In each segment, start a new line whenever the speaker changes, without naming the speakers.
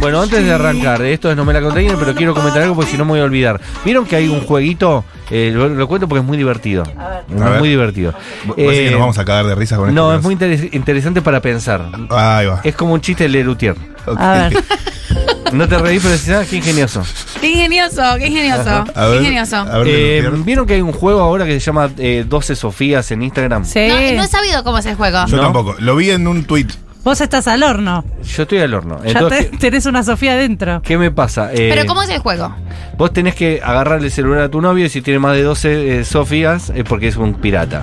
Bueno, antes de arrancar, esto es No me la container, pero quiero comentar algo porque si no me voy a olvidar. ¿Vieron que hay un jueguito? Eh, lo, lo cuento porque es muy divertido. Es
A ver.
muy divertido.
¿Vos decís
Eh,
que nos vamos a cagar de risa con esto?
no, es muy Eh, interes- interesante para pensar.
Ahí va.
Es como un chiste de Lutier.
Ok.
A ver.
No te reís, pero decís, ah, qué ingenioso.
Qué ingenioso, qué ingenioso.
A
Qué
ver,
ingenioso.
a ver,
Eh,
Lutier.
¿Vieron que hay un juego ahora que se llama eh, 12 Sofías en Instagram?
Sí.
No, no he sabido cómo es el juego.
Yo
¿no?
tampoco. Lo vi en un tweet.
Vos estás al horno.
Yo estoy al horno.
Ya
Entonces,
te- tenés una Sofía adentro.
¿qué, qué me pasa? Eh,
Pero ¿cómo es el juego?
Vos tenés que agarrar el celular a tu novio y si tiene más de 12 eh, Sofías es porque es un pirata.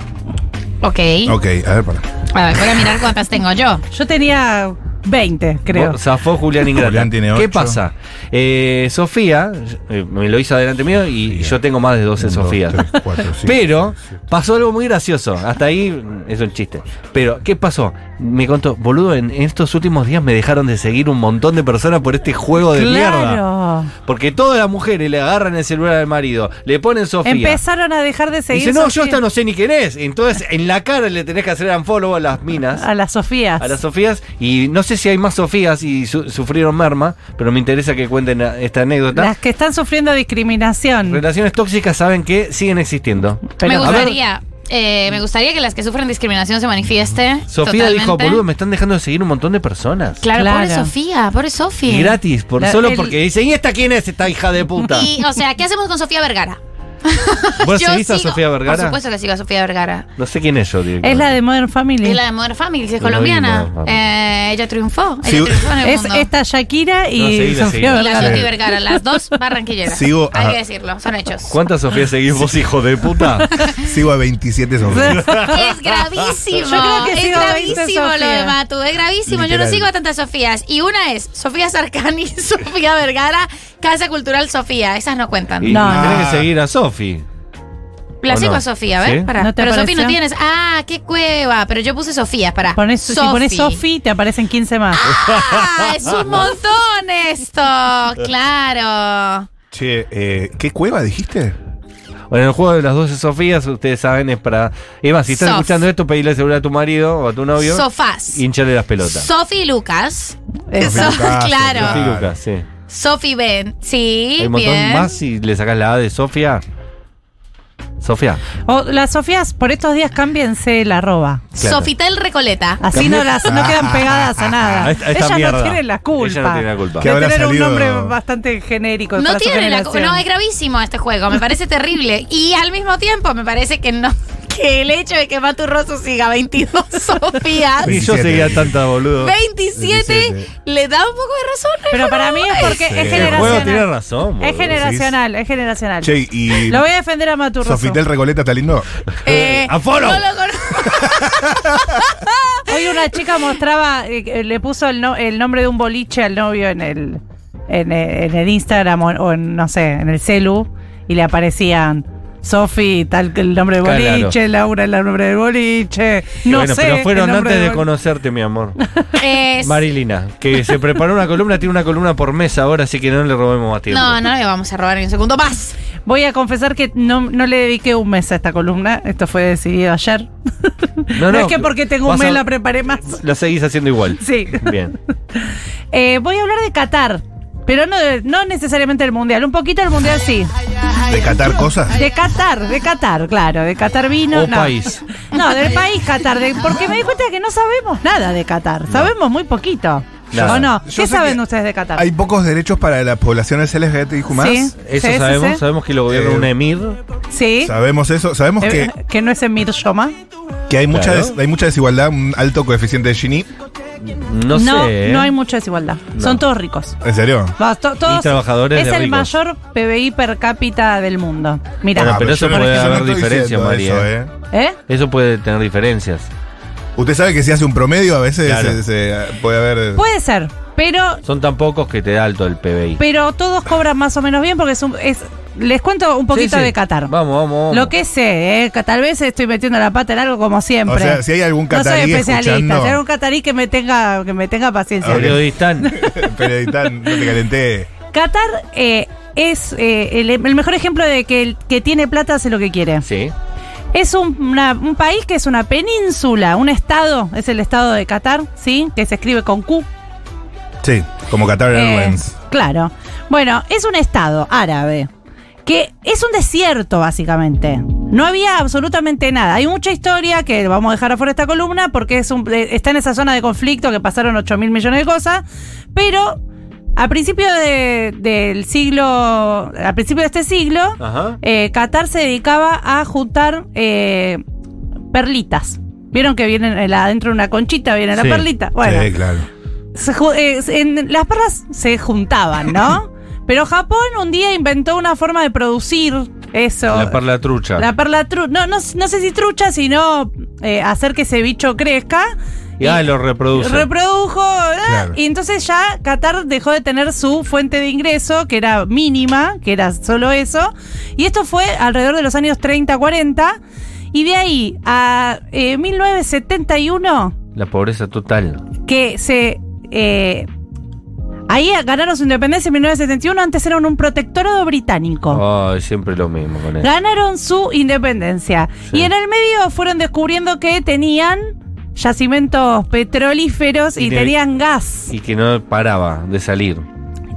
Ok.
Ok, a ver, para.
A ver, voy a mirar cuántas tengo yo.
Yo tenía 20, creo.
Vos Zafó Julián Ingrata.
Julián tiene
¿Qué
ocho.
pasa? Eh, Sofía, eh, me lo hizo delante mío y yo tengo más de 12
Un, dos,
Sofías.
tres, cuatro, cinco,
Pero
seis, siete.
pasó algo muy gracioso. Hasta ahí mm, es un chiste. Pero, ¿qué pasó? Me contó, boludo, en estos últimos días me dejaron de seguir un montón de personas por este juego de mierda.
claro.
Porque todas las mujeres le agarran el celular al marido, le ponen Sofía.
Empezaron a dejar de
Y
seguir.
Dice, no,
Sofía-
yo esta no sé ni quién es. Entonces, en la cara le tenés que hacer unfollow a las minas.
A las Sofías.
A las Sofías, y no sé si hay más Sofías y su- sufrieron merma, pero me interesa que cuenten a- esta anécdota.
Las que están sufriendo discriminación.
Relaciones tóxicas saben que siguen existiendo.
Pero-
me
A ver.
gustaría. eh, me gustaría que las que sufren discriminación se manifieste.
Sofía dijo,
totalmente.
boludo, me están dejando de seguir un montón de personas.
Claro, pobre
Claro.
Sofía, pobre Sofía.
Y gratis, por,
La-
solo
el-
porque dicen, ¿y esta quién es esta hija de puta?
Y, o sea, ¿qué hacemos con Sofía Vergara?
¿Vos
Yo
seguís a
sigo-
Sofía
Por
Vergara?
supuesto que sigo a Sofía Vergara.
No sé quién es yo, directamente.
Es la de Modern Family.
Es la de Modern Family, que es
Lo vi,
colombiana.
Modern Family.
Eh, ella triunfó. Ella
Sí,
triunfó en el
Es
mundo.
esta Shakira
No,
y
seguila,
Sofía
seguila.
Y la
Vergara.
Sofía Vergara, las dos barranquilleras.
Sigo
Hay
a-
que decirlo, son hechos.
¿Cuántas Sofías seguís vos, hijo de puta?
Sigo a 27 sonrisas.
Es gravísimo.
Yo creo que
es
sigo 20
gravísimo lo de
Sofía.
Matu. Es gravísimo. Yo
Literal.
no sigo a tantas Sofías. Y una es Sofía Sarcani, Sofía Vergara, Casa Cultural Sofía. Esas no cuentan.
Y,
No,
y
no.
tenés que seguir a Sofi.
La
¿O
sigo
no?
a Sofía, ¿ves?
¿Sí?
Pará.
¿No te
pero Sofía
apareció?
no tienes. Ah, qué cueva. Pero yo puse Sofía, pará.
Pones- si pones
Sofi.
Sofi, te aparecen 15 más.
Ah, es un montón esto. Claro.
Che, eh, ¿qué cueva dijiste?
Bueno, el juego de las 12 Sofías, ustedes saben, es para. Es más, si estás
Sof.
escuchando esto, pedile celular a tu marido o a tu novio.
Sofás.
y hinchale las pelotas.
Sofi Lucas.
Eso.
Eso, claro.
Sofi Lucas, sí.
Sofi Ben. Sí,
Hay un montón
bien.
más y le sacas la A de Sofía. Sofía.
O las Sofías, por estos días cámbiense el arroba.
Claro.
Sofitel Recoleta.
Así no, las, no quedan pegadas a nada.
A esta- a esta
Ellas
mierda.
no tienen la culpa.
Ellas no tienen la culpa.
¿Qué
De
habrá
tener un
salido?
nombre bastante genérico.
No
Pues para su
tiene la cu-
generación.
No, es gravísimo este juego. Me parece terrible. Y al mismo tiempo, me parece que no. Que el hecho de que Matu Rosso siga 22 Sofías.
Y yo
27.
seguía tanta, boludo.
27,
27.
le da un poco de razón. al
Pero para mí
juego.
es porque es
El
El juego tiene
generacional.
razón, boludo.
Es generacional, es generacional.
Che, y.
Lo voy a defender a Maturro.
Sofitel Recoleta está lindo.
Eh,
¡A follow!
no lo conozco.
Hoy una chica mostraba, eh, eh, le puso el, no- el nombre de un boliche al novio en el, en, el- en el Instagram o, o en, no sé, en el celu y le aparecían Sofi, tal el nombre del
Claro.
boliche, Laura el nombre del boliche.
Y
No
bueno,
sé.
pero fueron
el nombre
antes de
del bol-
conocerte, mi amor.
Es-
Marilina, que se preparó una columna, tiene una columna por mes ahora, así que no le robemos más tiempo.
No, no le vamos a robar ni un segundo más.
Voy a confesar que no, no le dediqué un mes a esta columna. Esto fue decidido ayer. No, es que porque tengo un
vas
mes
a-
la preparé más.
La seguís haciendo igual.
Sí.
Bien.
Eh, voy a hablar de Qatar, pero no, de- no necesariamente del Mundial. Un poquito del Mundial sí.
¿De catar cosas?
De Qatar, de Qatar, claro. De Qatar vino.
O
no.
país.
No, del país Qatar. de- porque me di cuenta que no sabemos nada de Qatar. Sabemos muy poquito.
Nada.
¿O no?
Yo
¿Qué
sé
saben
que
ustedes de Qatar?
Hay pocos derechos para las poblaciones LGBTIQ más.
Sí.
Eso
Sí, sí,
sabemos,
sí.
sabemos que lo gobierna
Eh,
un emir.
Sí.
Sabemos eso. Sabemos
Eh,
que,
que, no es en Mirzoma.
que hay, mucha
Claro.
des- hay mucha desigualdad, un alto coeficiente de Gini.
No, sé. ¿eh?
no hay mucha desigualdad. Son todos ricos.
¿En serio?
Vamos, to- todos-
trabajadores
es
de
el
ricos.
mayor PBI per cápita del mundo. Mira,
Bueno,
Ah,
pero eso
yo no-
puede
yo no
haber
estoy
diferencias,
diciendo
María.
eso, ¿eh?
¿eh?
Eso puede tener diferencias.
Usted sabe que si hace un promedio a veces
Claro.
se, se- puede haber...
Puede ser, pero
Son tan pocos que te da alto el PBI.
pero todos cobran más o menos bien porque es, un- es- les cuento un poquito
Sí, sí.
de Qatar.
Vamos, vamos, vamos.
Lo que sé, eh, que tal vez estoy metiendo la pata en algo como siempre.
O sea, si hay algún
no soy
catarí
especialista,
escuchando-
si hay un catarí que me tenga que me tenga paciencia.
Ok.
Periodista.
Periodista, no te calenté.
Qatar eh, es eh, el, el mejor ejemplo de que el que tiene plata hace lo que quiere.
Sí.
Es un, una- un país que es una península, un estado, es el estado de Qatar, ¿sí? Que se escribe con Q.
Sí. Como Qatar Airlines.
Eh, claro. Bueno, es un estado árabe que es un desierto, básicamente. No había absolutamente nada. Hay mucha historia que vamos a dejar afuera esta columna porque es un- eh, está en esa zona de conflicto que pasaron 8 mil millones de cosas. Pero a principio de- del siglo, a principio de este siglo,
Ajá.
eh, Qatar se dedicaba a juntar eh, perlitas. Vieron que vienen eh, la- adentro de una conchita, viene
Sí.
la perlita. Bueno,
Sí, claro.
se ju- eh, se- en- las perlas se juntaban, ¿no? Pero Japón un día inventó una forma de producir eso.
La perla trucha.
La perla tru- no, no, no sé si trucha, sino eh, hacer que ese bicho crezca.
y ah, lo reproduce.
Reprodujo. ¿verdad?
Claro.
Y entonces ya Qatar dejó de tener su fuente de ingreso, que era mínima, que era solo eso. Y esto fue alrededor de los años 30, 40. Y de ahí a eh, 1971
la pobreza total.
que se. eh, ahí ganaron su independencia en 1971, antes eran un protectorado británico.
Ay, siempre lo mismo con eso.
Ganaron su independencia.
Sí.
Y en el medio fueron descubriendo que tenían yacimentos petrolíferos y,
Y de-
tenían gas.
Y que no paraba de salir.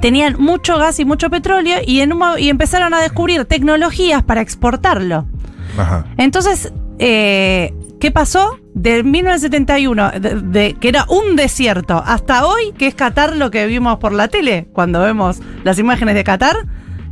Tenían mucho gas y mucho petróleo y, en un mo- y empezaron a descubrir tecnologías para exportarlo.
Ajá.
Entonces, eh, ¿qué pasó? De 1971, de- de- que era un desierto, hasta hoy, que es Qatar lo que vimos por la tele, cuando vemos las imágenes de Qatar,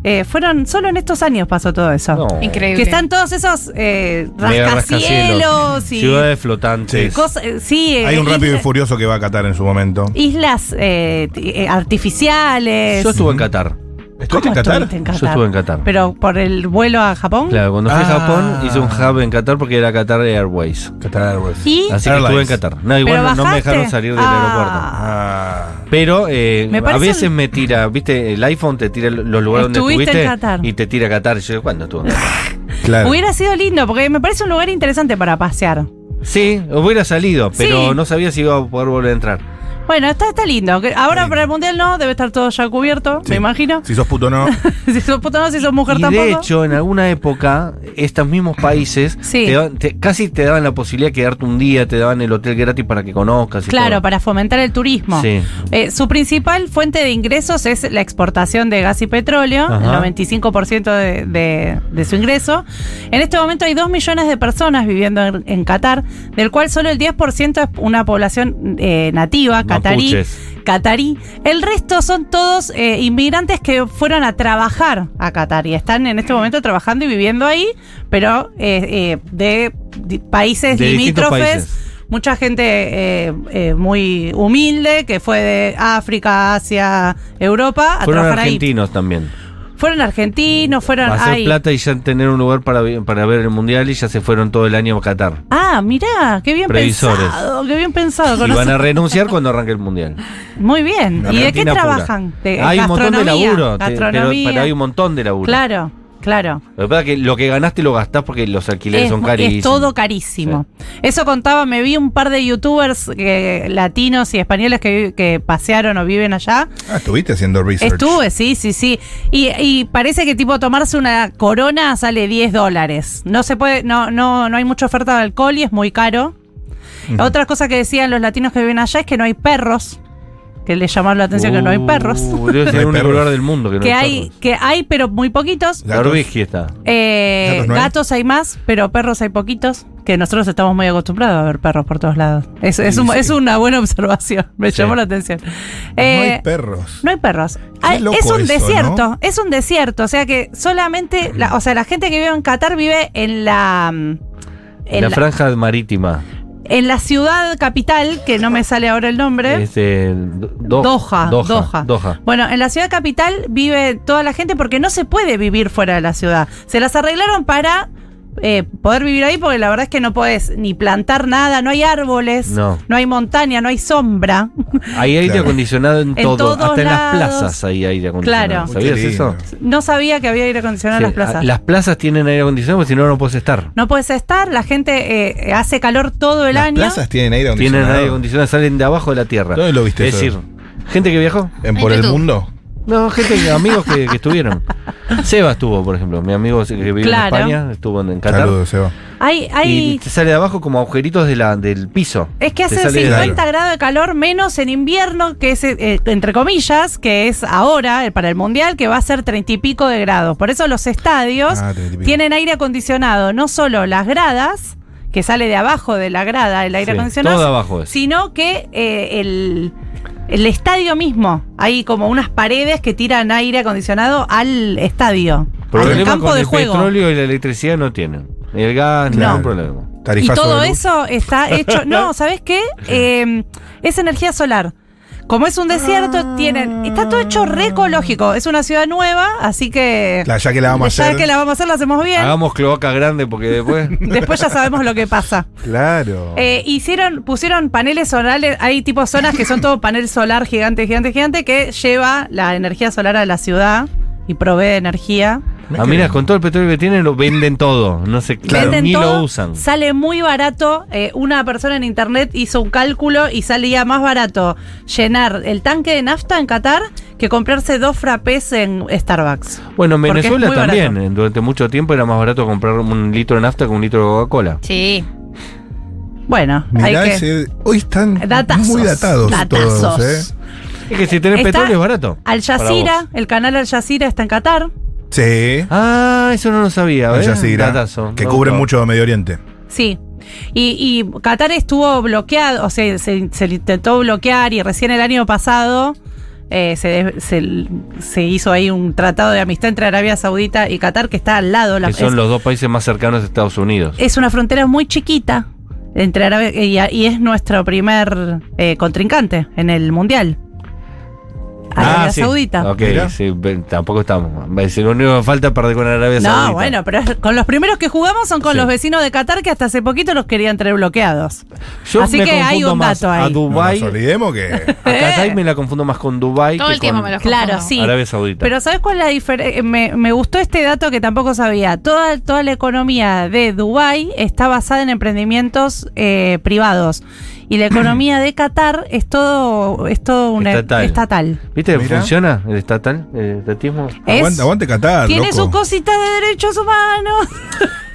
eh, fueron solo en estos años pasó todo eso.
No.
Increíble.
Que están todos esos eh,
Mega
rascacielos y
Ciudades flotantes.
cosas. eh, sí, eh,
Hay un rápido y
isla-
furioso que va a Qatar en su momento.
islas eh, t- eh, artificiales.
Yo estuve en Qatar.
¿Estuviste
¿Cómo
en Qatar?
estuviste en Qatar?
Yo estuve en Qatar.
Pero por el vuelo a Japón.
Claro, cuando fui
Ah.
a Japón hice un hub en Qatar porque era Qatar Airways.
Qatar Airways.
Y
Así que
Airlines.
estuve en Qatar. No, Ah, igual
¿Pero
no- no me
bajaste?
dejaron salir del aeropuerto.
Ah.
Ah.
Pero eh,
Me
a
parece
veces
un-
me tira, viste, el iPhone te tira los lugares donde
Estuviste
estuviste
en Qatar.
y te tira Qatar. Y yo digo, ¿cuándo estuve en Qatar?
Claro.
Hubiera sido lindo, porque me parece un lugar interesante para pasear.
Sí, hubiera salido, pero
Sí.
no sabía si iba a poder volver a entrar.
Bueno, está, está lindo. Que Ahora
Sí.
para el mundial no, debe estar todo ya cubierto,
Sí.
me imagino.
Si sos puto no.
si sos puto no, si sos mujer
Y
tampoco.
de hecho, en alguna época, estos mismos países
Sí.
te daban- te- casi te daban la posibilidad de quedarte un día, te daban el hotel gratis para que conozcas. Y
claro,
todo.
para fomentar el turismo.
Sí.
Eh, su principal fuente de ingresos es la exportación de gas y petróleo,
Ajá.
el 95% de, de- de su ingreso. En este momento hay 2 millones de personas viviendo en, en Qatar, del cual solo el 10% es una población eh, nativa, catarí.
Mapuches.
catarí. El resto son todos eh, inmigrantes que fueron a trabajar a Qatar y están en este momento trabajando y viviendo ahí, pero eh, eh, de, di- países
De distintos
limítrofes.
países.
Mucha gente eh, eh, muy humilde que fue de África, Asia, Europa a
Fueron
trabajar
argentinos también.
ahí. Fueron argentinos, fueron
A hacer
ahí.
plata y ya tener un lugar para, vi- para ver el mundial y ya se fueron todo el año a Qatar.
Ah, mirá, qué bien
Previsores.
pensado, qué bien pensado.
Y van
conoce-
a renunciar cuando arranque el mundial.
Muy bien. ¿Y de qué
Argentina pura.
trabajan? De
hay un montón de
gastronomía,
laburo. te- pero-
gastronomía.
pero hay un montón de laburo.
Claro, claro.
Lo que pasa es que lo que ganaste lo gastás porque los alquileres
Es,
son
mu-
carísimos.
es todo carísimo. Eso contaba, me vi un par de youtubers eh, latinos y españoles que, vi- que pasearon o viven allá.
Ah, estuviste haciendo research.
Estuve, sí, sí, sí. Y, y parece que tipo tomarse una corona sale 10 dólares. No se puede, no, no, no hay mucha oferta de alcohol y es muy caro. Otra cosa que decían los latinos que viven allá es que no hay perros. Que les llamaron la atención que no hay perros.
Uh, debe ser
No hay
el único
perros.
lugar del mundo que no
que
hay,
hay,
perros.
que hay, pero muy poquitos.
La
Gatos.
Orbigi está.
Eh,
¿Gatos
¿Gatos,
no hay?
hay más, pero perros hay poquitos. Que nosotros estamos muy acostumbrados a ver perros por todos lados. Es, es,
Sí,
un-
sí.
es una buena observación. Me
Sí.
llamó la atención.
No
Eh,
hay perros.
no hay perros. Ah,
loco
es un
eso,
desierto.
¿no?
Es un desierto. O sea que solamente. la- o sea, la gente que vive en Qatar vive en la. mm, En
la,
la,
franja marítima.
en la ciudad capital, que no me sale ahora el nombre.
Este, Do-
¿Eh? Doha, Doha,
Doha. Doha.
Bueno, en la ciudad capital vive toda la gente porque no se puede vivir fuera de la ciudad. Se las arreglaron para eh, poder vivir ahí porque la verdad es que no podés ni plantar nada, no hay árboles,
No.
hay montaña, no hay sombra.
Hay aire
Claro.
acondicionado en,
En
todo.
todos
Hasta en las
lados.
plazas hay aire acondicionado.
Claro.
Uy, qué
¿Sabías
lindo.
eso?
No sabía que había aire acondicionado
Sí, ah,
en las plazas.
a- las plazas tienen aire acondicionado porque si no, no puedes estar.
No puedes estar, la gente eh, hace calor todo el
Las
año.
plazas tienen aire
Tienen
acondicionado.
aire acondicionado, salen de abajo de la tierra.
¿Dónde lo viste
Es
eso?
decir, gente que viajó.
¿En por
En
el
YouTube.
mundo?
No, gente, amigos que, que estuvieron. Seba estuvo, por ejemplo. Mi amigo que vive
Claro.
en España, estuvo en, en Qatar.
Saludos, Seba.
Hay, hay,
Y te sale de abajo como agujeritos de la, del piso.
Es que
Te
hace
sale de la-
50 grados de calor menos en invierno, que es, eh, entre comillas, que es ahora eh, para el Mundial, que va a ser 30 y pico de grados. Por eso los estadios
Ah, 30 y pico.
tienen aire acondicionado, no solo las gradas, que sale de abajo de la grada el aire
Sí,
acondicionado,
todo abajo es.
sino que eh, el, el estadio mismo. Hay como unas paredes que tiran aire acondicionado al estadio, al
Problema
campo
con
de
el
juego.
petróleo y la electricidad no tienen. El gas,
Claro.
ningún problema.
Y
Tarifazo
todo
de luz.
eso está hecho. No, ¿sabes qué? Eh, es energía solar. Como es un desierto, tienen. Está todo hecho re ecológico. Es una ciudad nueva, así que.
Claro, ya que la vamos a
ya
hacer.
que la vamos a hacer, la hacemos bien.
Hagamos cloaca grande porque después.
Después ya sabemos lo que pasa.
Claro.
Eh, hicieron, pusieron paneles solares. Hay tipo zonas que son todo panel solar gigante, gigante, gigante, que lleva la energía solar a la ciudad y provee energía.
Ah, mira, con todo el petróleo que tienen, lo venden todo. No sé,
Venden
ni
todo,
lo usan.
Sale muy barato. Eh, una persona en internet hizo un cálculo y salía más barato llenar el tanque de nafta en Qatar que comprarse dos frappés en Starbucks.
Bueno, en
Porque es
Venezuela
muy barato.
también. eh, Durante mucho tiempo era más barato comprar un litro de nafta que un litro de Coca-Cola.
Sí.
Bueno,
Mirá,
hay que.
ese- hoy están
Datazos.
muy datados
Datazos.
todos, ¿eh?
Es que si tenés
Está
petróleo es barato.
Al
Para
Jazeera,
vos.
el canal Al Jazeera está en Qatar.
Sí.
Ah, eso no lo sabía.
Al
¿ves?
Jazeera,
Datazo.
que
No,
cubren
no.
mucho Medio Oriente.
Sí. Y, y Qatar estuvo bloqueado, o sea, se, se le intentó bloquear y recién el año pasado eh, se, des- se- se hizo ahí un tratado de amistad entre Arabia Saudita y Qatar que está al lado. La,
Que son
es-
los dos países más cercanos a Estados Unidos.
es una frontera muy chiquita entre Arabia y, y es nuestro primer eh, contrincante en el mundial. Eh, Arabia
Ah, sí.
Saudita.
Ok,
Mirá.
sí, ve- tampoco estamos. Es lo único que falta es perder con Arabia Saudita.
No, bueno, pero es- con los primeros que jugamos son con
Sí.
los vecinos de Qatar que hasta hace poquito los querían tener bloqueados.
Yo
así
me
que hay
confundo
un
más
dato
A
ahí. Eh.
No nos
Dubai,
olvidemos que.
a Qatar me la confundo más con Dubai
Todo
que
el tiempo
con
me los
Claro,
confundo.
sí.
Arabia Saudita.
Pero ¿sabes cuál es la diferencia? Me, me gustó este dato que tampoco sabía. Toda, toda la economía de Dubái está basada en emprendimientos eh, privados. Y la economía de Qatar es todo, es todo una
Estatal.
estatal.
¿Viste que
Mirá.
funciona el estatal? El estatismo.
Es-
aguante, aguante Qatar.
tiene
Ah, loco.
sus cositas de derechos humanos.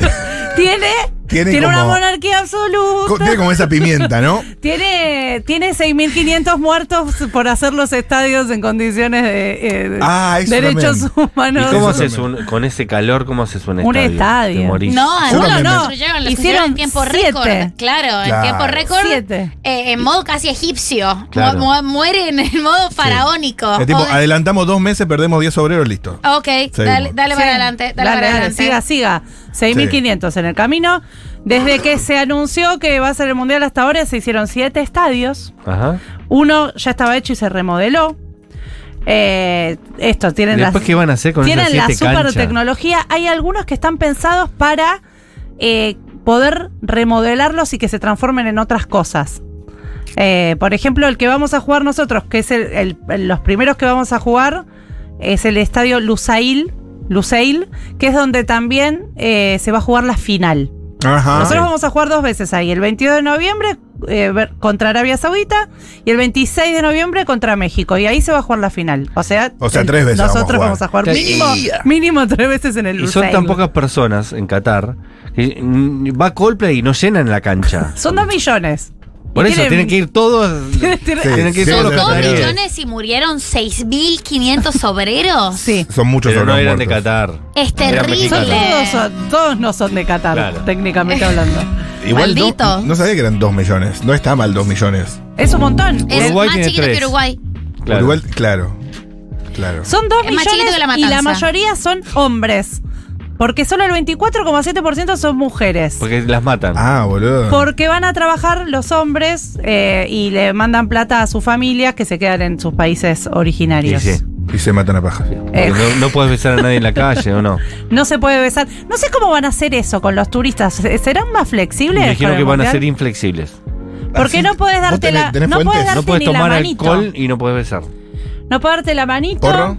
tiene
Tiene
tiene, una
como-
monarquía
Co-
absoluta.
Tiene como esa pimienta, ¿no?
Tiene, tiene 6.500 muertos por hacer los estadios en condiciones de eh, de
Ah, eso
derechos
también.
¿Y
humanos.
cómo
Eso
haces un, con ese calor? ¿Cómo haces un,
Un
estadio?
estadio.
Te morís.
No,
Yo
algunos
también
no.
me-
Construyeron, los
Hicieron
construyeron en tiempo
siete.
récord. Claro, en
Claro.
tiempo récord.
Siete.
eh, en modo casi egipcio.
Claro.
Mu- mu- muere en el modo faraónico.
Es tipo,
O-
adelantamos dos meses, perdemos 10 obreros, listo.
Ok, dale,
Seguimos.
dale
Sí.
para adelante. Dale, para adelante.
Siga, siga. 6.500 en el camino. Desde que se anunció que va a ser el Mundial hasta ahora, se hicieron siete estadios.
Ajá.
Uno ya estaba hecho y se remodeló. Eh, esto, tienen las-
Después, ¿qué van a hacer con esas
tienen la
siete
super
canchas?
tecnología. Hay algunos que están pensados para eh, poder remodelarlos y que se transformen en otras cosas. Eh, por ejemplo, el que vamos a jugar nosotros, que es el, el- los primeros que vamos a jugar, es el estadio Lusail, Lusail que es donde también eh, se va a jugar la final.
Ajá.
Nosotros vamos a jugar dos veces ahí, el 22 de noviembre eh, ver- contra Arabia Saudita y el 26 de noviembre contra México. Y ahí se va a jugar la final. O sea,
O sea,
el-
tres veces vamos a
nosotros
jugar.
vamos a jugar,
Tres-
mínimo, mínimo tres veces en el
Y son
Lusail.
tan pocas personas en Qatar que mm, va Coldplay y no llenan la cancha.
Son dos millones.
Por
Y
eso tienen que ir todos.
tienen- tienen-
Sí,
tienen que ir
sí,
todos
Son
los
sí,
dos
sí.
cataríes.
millones y murieron 6.500 obreros.
sí.
Son muchos
Pero no
obreros
eran de
muertos.
Qatar.
Es
Eran
terrible.
Son
mexicanos.
todos, son- todos no son de Qatar,
Claro.
técnicamente hablando.
Igual no-
Maldito.
No, sabía que eran 2 millones. No está mal 2 millones.
Es un montón.
Es
Uruguay
más
tiene
chiquito
tres.
que Uruguay.
Claro.
Uruguay, claro. Claro.
Son dos
Es más chiquito
millones
que La
y la
Matanza.
mayoría son hombres. Porque solo el 24,7% son mujeres.
Porque las matan.
Ah, boludo.
Porque van a trabajar los hombres eh, y le mandan plata a sus familias que se quedan en sus países
Y
originarios.
sí.
Y se matan a paja.
Porque
Eh.
No, no puedes besar a nadie en la calle, ¿o no?
No se puede besar. No sé cómo van a hacer eso con los turistas. ¿Se- ¿Serán más flexibles?
Me dijeron
con
que
el
van a
mundial?
ser inflexibles.
Porque
Así-
no puedes
¿Vos
darte la.
tenés- tenés
no puedes
fuentes?
darte
No puedes
ni la
tomar
manito.
alcohol y no puedes besar.
No puedes darte la manito.
¿Porro?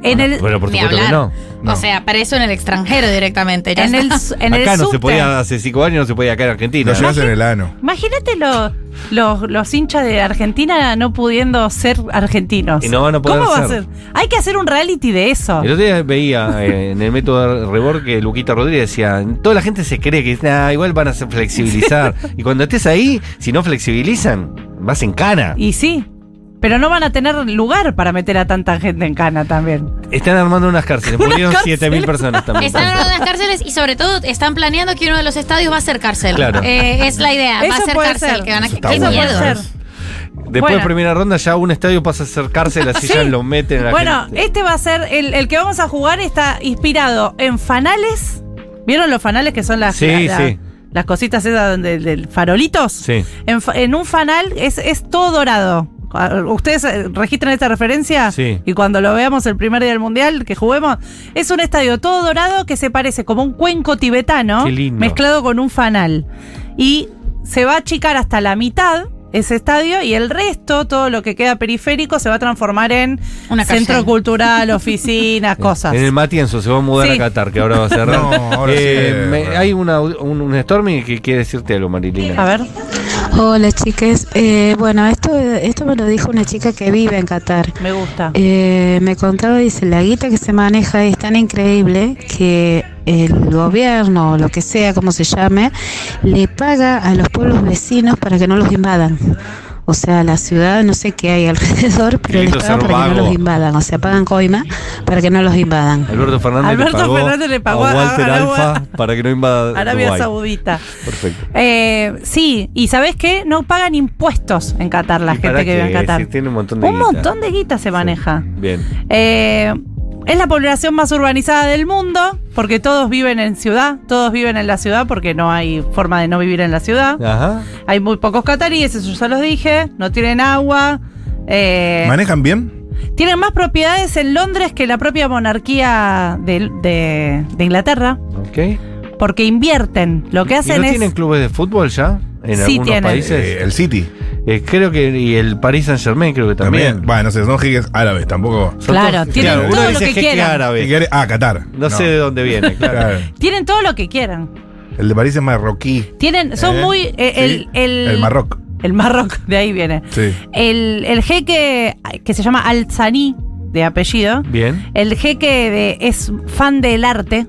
En el.
Pero por
Ni
supuesto que
hablar.
no.
No.
O sea, para eso en el extranjero directamente. ya
En
está.
el, su- en el
acá no se
subte.
podía, hace cinco años no se podía acá en Argentina.
Lo llevas en el ano.
Imagínate los, los, los hinchas de Argentina no pudiendo ser argentinos.
Y no van a poder
¿Cómo va a
ser.
ser? Hay que hacer un reality de eso.
El otro día veía eh, en el método Rebor que Luquita Rodríguez decía, toda la gente se cree que "Nah, igual van a se- flexibilizar. Y cuando estés ahí, si no flexibilizan, vas en cana.
Y sí. Pero no van a tener lugar para meter a tanta gente en cana también.
Están armando unas cárceles, murieron
cárcel.
7.000 personas también.
Están armando las cárceles y sobre todo están planeando que uno de los estadios va a ser cárcel.
Claro.
Eh, es la idea, va
Eso
a ser
puede
cárcel.
ser.
Que van a
Eso
qué
está bueno.
miedo.
Puede ser.
Después de
Bueno.
primera ronda ya un estadio pasa a ser cárcel, así
Sí.
ya lo meten a la
Bueno,
gente.
este va a ser, el, el que vamos a jugar está inspirado en fanales. ¿Vieron los fanales que son las,
Sí,
la- la-
sí.
las cositas esas donde, del farolitos?
Sí.
En, fa- en un fanal es, es todo dorado. Ah, Ustedes eh, registran esta referencia
Sí.
y cuando lo veamos el primer día del mundial que juguemos, es un estadio todo dorado que se parece como un cuenco tibetano
Qué lindo.
mezclado con un fanal. Y se va a achicar hasta la mitad ese estadio y el resto, todo lo que queda periférico, se va a transformar en
Una cárcel.
centro cultural, oficinas, cosas.
En el Matienzo se va a mudar
Sí.
a Qatar, que ahora va a cerrar.
No, ahora
Eh,
sí.
me- hay una- un, un Stormy que quiere decirte algo, Marilina.
A ver,
Hola chiques, Eh, bueno, esto, esto me lo dijo una chica que vive en Qatar.
me gusta.
Eh, me contaba, dice, la guita que se maneja es tan increíble que el gobierno, o lo que sea, como se llame, le paga a los pueblos vecinos para que no los invadan. O sea, la ciudad, no sé qué hay alrededor, pero les
lindo
pagan
ser
para que no
vago.
los invadan. O sea, pagan coima para que no los invadan.
Alberto Fernández
Alberto
le pagó,
Fernández le pagó
a
a-
Walter
a- a-
Alfa para que no invada
Arabia
Dubái.
Saudita.
Perfecto.
Eh, sí, y ¿sabés qué? No pagan impuestos en Qatar la
¿Y para
gente que vive en
qué?
Qatar.
Si tiene un montón de
un
guita.
montón de guita se maneja.
Bien.
Eh, es la población más urbanizada del mundo, porque todos viven en ciudad, todos viven en la ciudad porque no hay forma de no vivir en la ciudad.
Ajá.
Hay muy pocos cataríes, eso ya los dije, no tienen agua. eh,
¿Manejan bien?
tienen más propiedades en Londres que la propia monarquía de, de- de Inglaterra,
Ok.
porque invierten. Lo que
¿Y
hacen
no
es...
tienen clubes de fútbol ya? En
Sí
algunos
tienen.
países.
Eh, el City.
Eh, creo que. Y el Paris Saint Germain, creo que
También.
también.
Bueno, no sé, son jeques árabes, tampoco.
Son
Claro,
todos-
tienen
uno
todo lo
dice
que
jeque
quieran.
árabe.
Jeque árabe- Ah, Qatar.
No sé de dónde viene, claro.
Claro.
Tienen todo lo que quieran.
El de París es marroquí.
Tienen, son
Eh,
muy. eh,
sí.
el, el,
El Marroc.
El Marroc, de ahí viene.
Sí.
El, el jeque eh, que se llama Alzaní, de apellido.
Bien.
El jeque de, es fan del arte.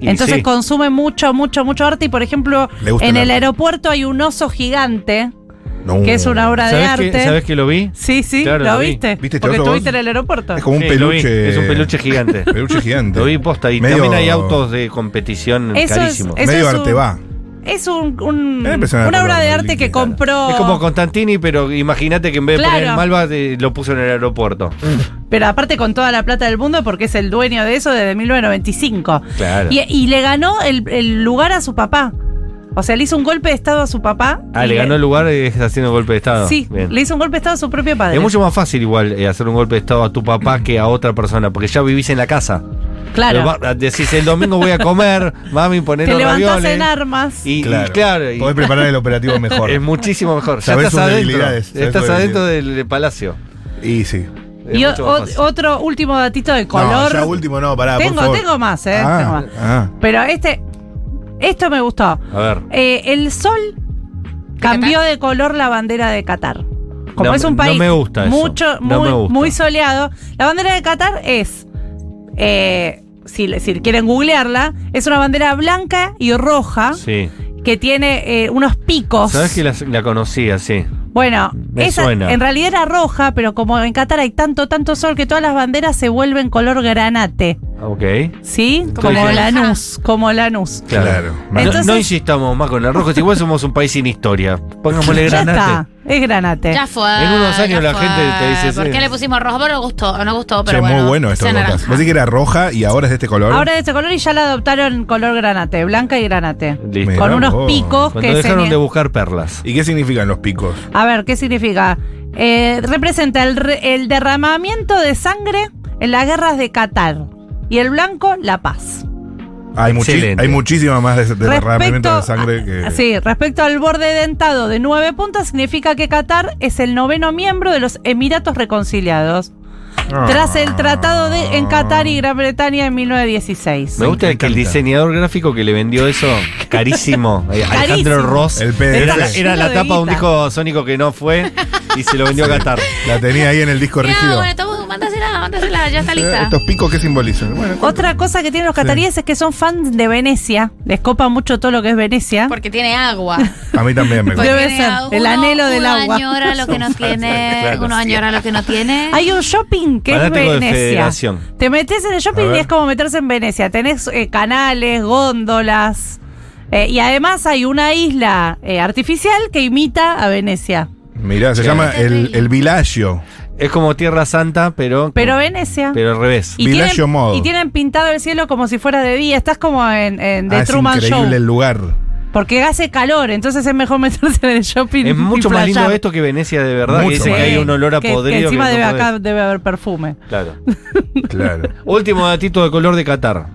Y
entonces
sí.
consume mucho, mucho, mucho arte. Y por ejemplo,
Le gusta
en
el
el
arte.
aeropuerto hay un oso gigante,
No.
que es una obra de
¿Sabés
arte.
que, ¿Sabés que lo vi?
Sí, sí,
Claro,
lo
lo vi.
viste.
¿Viste este
porque
oso vos?
estuviste en el aeropuerto.
Es como un
Sí, lo vi.
peluche.
Es un peluche gigante.
Peluche gigante.
Lo vi posta y
Medio-
también hay autos de competición
Eso es-
carísimos.
Eso
Medio
es
arte
un-
va.
Es un, un-
Es impresionante
una obra
hablar
de
de
arte
Linkin,
que
claro.
compró.
Es como Constantini, pero imagínate que en vez de
Claro.
poner el Malva de- lo puso en el aeropuerto.
Pero aparte con toda la plata del mundo porque es el dueño de eso desde 1995.
Claro.
Y, y le ganó el, el lugar a su papá. O sea, le hizo un golpe de estado a su papá.
Ah,
y Ah,
le ganó el lugar eh, haciendo golpe de estado.
Sí,
Bien.
le hizo un golpe de estado a su propio padre.
Es mucho más fácil igual eh, hacer un golpe de estado a tu papá que a otra persona, porque ya vivís en la casa.
claro.
Pero va- ah, Decís, el domingo voy a comer, mami, poner
Te
los
levantás
ravioles.
en armas.
Y y claro, y-
Podés preparar el operativo mejor.
es muchísimo mejor. Ya
Sabés
estás
sus
adentro.
debilidades, sabés
Estás
sus
adentro del, del palacio.
y sí.
Es
Y o-
mucho más fácil.
o- otro último datito de color.
No, ya último no, pará, por
tengo,
favor.
tengo más, eh.
Ah,
tengo más.
ah.
Pero este, esto me gustó.
A ver.
Eh, el sol cambió de color la bandera de Qatar. Como
No,
es un
no
país
me gusta eso.
mucho,
No
muy,
me gusta.
muy soleado, la bandera de Qatar es, eh, si, le- si quieren googlearla, es una bandera blanca y roja
Sí.
que tiene eh, unos picos.
Sabes que la, la conocía, sí.
Bueno,
Me
esa
suena.
en realidad era roja, pero como en Qatar hay tanto, tanto sol que todas las banderas se vuelven color granate,
Ah, Ok.
¿sí?
Entonces-
Como Lanús, como Lanús.
Claro.
No-
Entonces-
no, insistamos más con el rojo, si igual somos un país sin historia. Pongámosle
Ya
granate.
está, es granate.
Ya fue.
En unos años
ya
la
fue.
gente te dice,
¿Por
sí.
qué le pusimos rojo? Bueno, gustó, no gustó, pero
Che,
bueno.
muy bueno esto
sea
que contás.
naranja.
Vos decís que era roja y ahora es de este color.
Ahora de ese color y ya la adoptaron color granate, blanca y granate.
Listo.
Mirá
con unos
vos.
picos
Cuando
que se
dejaron
nie-
de buscar perlas.
¿Y qué significan los picos?
A ver, ¿qué significa? Eh, representa el, re- el derramamiento de sangre en las guerras de Qatar. Y el blanco, la paz.
Hay, muchi-
Excelente.
hay muchísima más de, de derramamiento de sangre que.
a- sí, respecto al borde dentado de nueve puntas, significa que Qatar es el noveno miembro de los Emiratos Reconciliados.
Ah.
tras el tratado de, en Qatar y Gran Bretaña en 1916.
Me gusta que el
encanta.
diseñador gráfico que le vendió eso carísimo, eh, Alejandro
Carísimo.
Ross,
El PDF.
era, la-
Lleno
era la
de
tapa de un
guita.
disco sónico que no fue y se lo vendió a Qatar.
La tenía ahí en el disco
Mira,
rígido.
bueno, estamos, mándasela, mándasela, ya está
Eh,
lista.
¿Estos picos qué simbolizan? Bueno,
Otra cosa que tienen los cataríes es que son fans de Venecia. Les copa mucho todo lo que es Venecia.
Porque tiene agua.
a mí también me
Debe
gusta.
Porque tiene
ser,
agua.
el
Uno-
anhelo del agua.
Uno añora lo que no tiene,
claro,
uno
sí.
añora lo que no tiene.
Hay un shopping que
Fanático de
es Venecia.
Federación.
Te metes en el
A
shopping
ver.
y es como meterse en Venecia. Tenés eh, canales, góndolas. eh, y además hay una isla eh, artificial que imita a Venecia.
Mirá, se
Sí.
llama el, el Villaggio.
Es como Tierra Santa, pero,
Pero Venecia.
pero al revés.
y,
Villaggio
tienen,
Mall.
y tienen pintado el cielo como si fuera de día. Estás como en, en The
Ah, es
Truman
increíble
Show.
el lugar.
Porque hace calor, entonces es mejor meterse en el shopping.
Es
y
mucho más lindo
flashear.
esto que Venecia de verdad. que
Mucho
dicen
más
que hay un
lindo.
olor a
Que- que
podrido. que
encima
no
debe,
podés.
acá debe haber perfume.
Claro.
Claro.
Último datito de color de Qatar.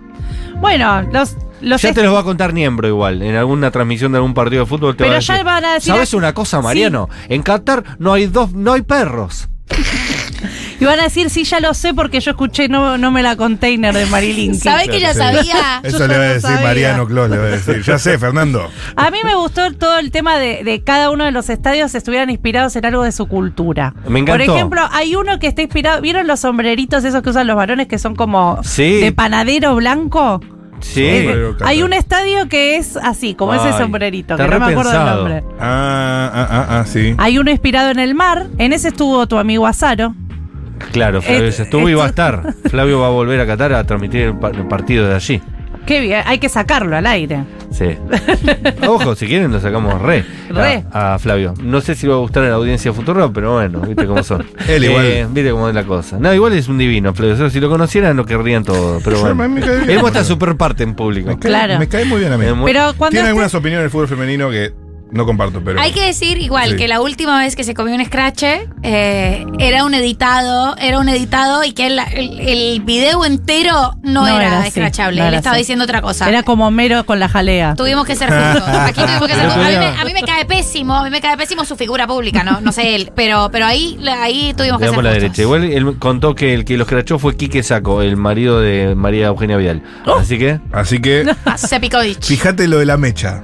Bueno, los. los
ya
est-
te los va a contar Niembro igual, en alguna transmisión de algún partido de fútbol. Te
Pero
va a
ya
decir,
van a decir-
¿Sabes una cosa, Mariano? En Qatar no hay dos, no hay perros.
y van a decir, sí, ya lo sé porque yo escuché no, no me la container de Marilyn.
¿Sabes que ya
Sí.
sabía?
Eso
Ah, Yo
le
ya
va a
lo
decir
sabía.
Mariano Clos, le va a decir. Ya sé, Fernando.
A mí me gustó todo el tema de, de cada uno de los estadios estuvieran inspirados en algo de su cultura.
Me encantó.
Por ejemplo, hay uno que está inspirado. ¿Vieron los sombreritos esos que usan los varones que son como
Sí.
de panadero blanco?
Sí.
Es-
Pero, claro.
hay un estadio que es así, como
Ay,
ese sombrerito,
está
que no me acuerdo
repensado.
el nombre.
Ah, ah, ah, ah, sí.
Hay uno inspirado en el mar. En ese estuvo tu amigo Azaro.
Claro, Flavio
Eh,
se estuvo y va a
eh,
estar. Flavio va a volver a Qatar a transmitir el, par- el partido de allí.
Qué bien, hay que sacarlo al aire.
Sí. Ojo, si quieren lo sacamos re,
Re.
A, a Flavio. No sé si va a gustar a la audiencia futura, pero bueno, viste cómo son. Eh,
Él igual.
viste cómo es la cosa. No, igual es un divino, Flavio. O sea, si lo conocieran lo querrían todo. Pero
Yo, a mí me
bueno.
cae bien,
Él muestra
boludo.
su parte en público.
Me cae,
Claro.
me cae muy bien a mí.
Es muy-
Pero cuando.
Tiene
esté-
algunas opiniones del fútbol femenino que no comparto, pero.
Hay que decir igual
Sí.
que la última vez que se comió un scratch eh, era un editado, era un editado y que el, el- el video entero no,
No era
era,
así,
escrachable.
no
Él
era
estaba
así.
diciendo otra cosa.
Era como Homero con la jalea.
Tuvimos que ser justos. Aquí tuvimos que ser
El otro
justos. A mí,
día-
me, a mí me cae pésimo, a mí me cae pésimo su figura pública, no, no sé él, pero, pero ahí, ahí tuvimos
Le
que ser
damos la
justos.
derecha. Igual él contó que el que los crachó fue Quique Saco, el marido de María Eugenia Vial. Así que.
Ah,
Así que,
Sepikovich.
fíjate lo de la mecha.